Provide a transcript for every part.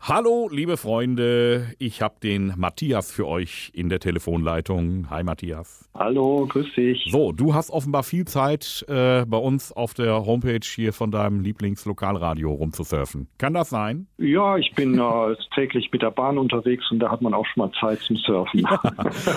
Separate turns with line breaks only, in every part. Hallo, liebe Freunde, ich habe den Matthias für euch in der Telefonleitung. Hi, Matthias.
Hallo, grüß dich.
So, du hast offenbar viel Zeit, äh, bei uns auf der Homepage hier von deinem Lieblingslokalradio rumzusurfen. Kann das sein?
Ja, ich bin äh, täglich mit der Bahn unterwegs und da hat man auch schon mal Zeit zum Surfen.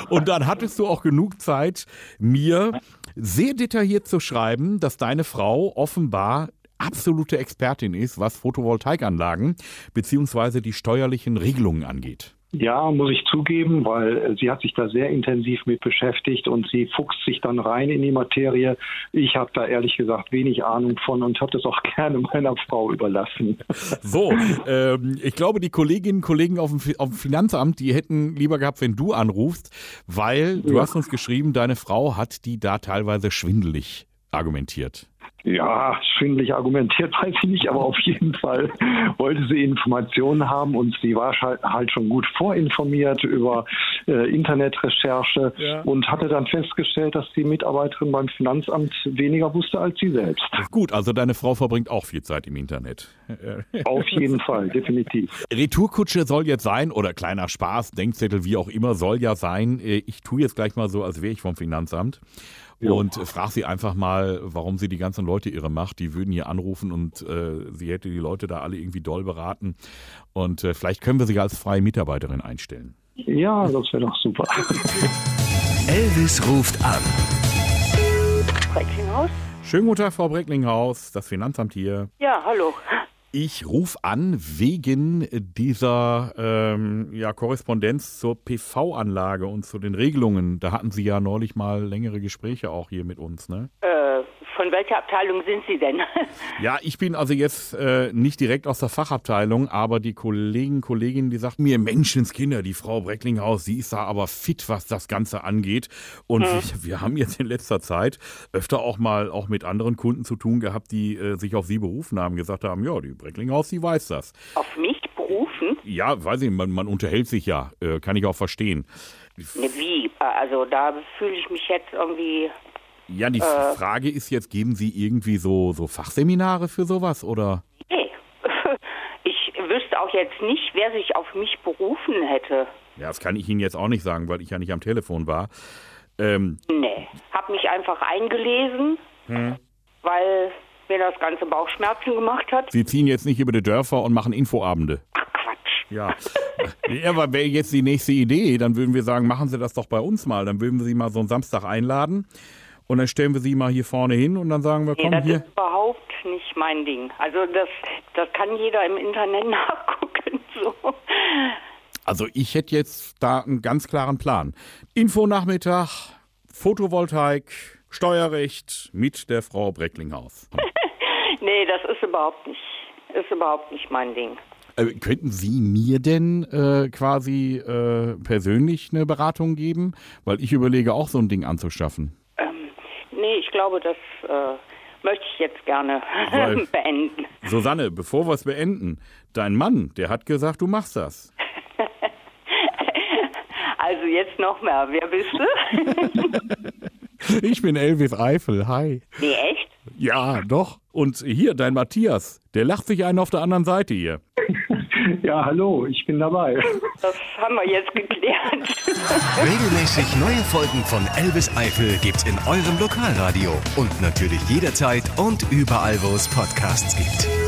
Und dann hattest du auch genug Zeit, mir sehr detailliert zu schreiben, dass deine Frau offenbar absolute Expertin ist, was Photovoltaikanlagen bzw. die steuerlichen Regelungen angeht.
Ja, muss ich zugeben, weil äh, sie hat sich da sehr intensiv mit beschäftigt und sie fuchst sich dann rein in die Materie. Ich habe da ehrlich gesagt wenig Ahnung von und habe das auch gerne meiner Frau überlassen.
So, ähm, ich glaube, die Kolleginnen und Kollegen auf dem, Fi- auf dem Finanzamt, die hätten lieber gehabt, wenn du anrufst, weil du
Ja.
hast uns geschrieben, deine Frau hat die da teilweise schwindelig argumentiert.
Ja, schwindelig argumentiert weiß ich nicht, aber auf jeden Fall wollte sie Informationen haben und sie war schal- halt schon gut vorinformiert über äh, Internetrecherche
Ja.
und hatte dann festgestellt, dass die Mitarbeiterin beim Finanzamt weniger wusste als sie selbst.
Gut, also deine Frau verbringt auch viel Zeit im Internet.
Auf jeden Fall, definitiv.
Retourkutsche soll jetzt sein, oder kleiner Spaß, Denkzettel, wie auch immer, soll ja sein. äh, Ich tue jetzt gleich mal so, als wäre ich vom Finanzamt. Und frage sie einfach mal, warum sie die ganzen Leute irre macht. Die würden hier anrufen und äh, sie hätte die Leute da alle irgendwie doll beraten. Und äh, vielleicht können wir sie ja als freie Mitarbeiterin einstellen.
Ja, das wäre doch super.
Elvis ruft an.
Reckinghaus?
Schönen guten Tag, Frau Brecklinghaus, das Finanzamt hier.
Ja, hallo.
Ich rufe an wegen dieser ähm, ja, Korrespondenz zur PV-Anlage und zu den Regelungen. Da hatten Sie ja neulich mal längere Gespräche auch hier mit uns, ne?
Äh, von welcher Abteilung sind Sie denn?
Ja, ich bin also jetzt äh, nicht direkt aus der Fachabteilung, aber die Kollegen, Kolleginnen, die sagten mir, Menschenskinder, die Frau Brecklinghaus, sie ist da aber fit, was das Ganze angeht. Und wir, wir haben jetzt in letzter Zeit öfter auch mal auch mit anderen Kunden zu tun gehabt, die äh, sich auf sie berufen haben, gesagt haben, ja, die Brecklinghaus, die weiß das.
Auf mich berufen?
Ja, weiß ich, man, man unterhält sich ja, äh, kann ich auch verstehen.
Ne, wie? Äh, Also da fühle ich mich jetzt irgendwie.
Ja, die
Äh.
Frage ist jetzt, geben Sie irgendwie so, so Fachseminare für sowas oder?
Nee. Ich wüsste auch jetzt nicht, wer sich auf mich berufen hätte.
Ja, das kann ich Ihnen jetzt auch nicht sagen, weil ich ja nicht am Telefon war. Ähm,
Nee. Hab mich einfach eingelesen,
Hm.
weil mir das ganze Bauchschmerzen gemacht hat.
Sie ziehen jetzt nicht über die Dörfer und machen Infoabende.
Ach Quatsch.
Ja. ja, aber wäre jetzt die nächste Idee, dann würden wir sagen, machen Sie das doch bei uns mal. Dann würden wir Sie mal so einen Samstag einladen und dann stellen wir Sie mal hier vorne hin und dann sagen wir,
Nee,
komm
das
hier.
ist überhaupt nicht mein Ding. Also das, das kann jeder im Internet nachgucken. So.
Also ich hätte jetzt da einen ganz klaren Plan. Infonachmittag, Photovoltaik, Steuerrecht mit der Frau Brecklinghaus.
Nee, das ist überhaupt nicht, ist überhaupt nicht mein Ding.
Äh, könnten Sie mir denn äh, quasi äh, persönlich eine Beratung geben? Weil ich überlege auch so ein Ding anzuschaffen.
Ähm, nee, ich glaube, das äh, möchte ich jetzt gerne
Weil-
beenden.
Susanne, bevor wir es beenden, dein Mann, der hat gesagt, du machst das.
Also jetzt noch mehr. Wer bist du?
Ich bin Elvis Eifel, hi.
nee, echt?
Ja, doch. Und hier, dein Matthias, der lacht sich einen auf der anderen Seite hier.
Ja, hallo, ich bin dabei.
Das haben wir jetzt geklärt.
Regelmäßig neue Folgen von Elvis Eifel gibt's in eurem Lokalradio und natürlich jederzeit und überall, wo es Podcasts gibt.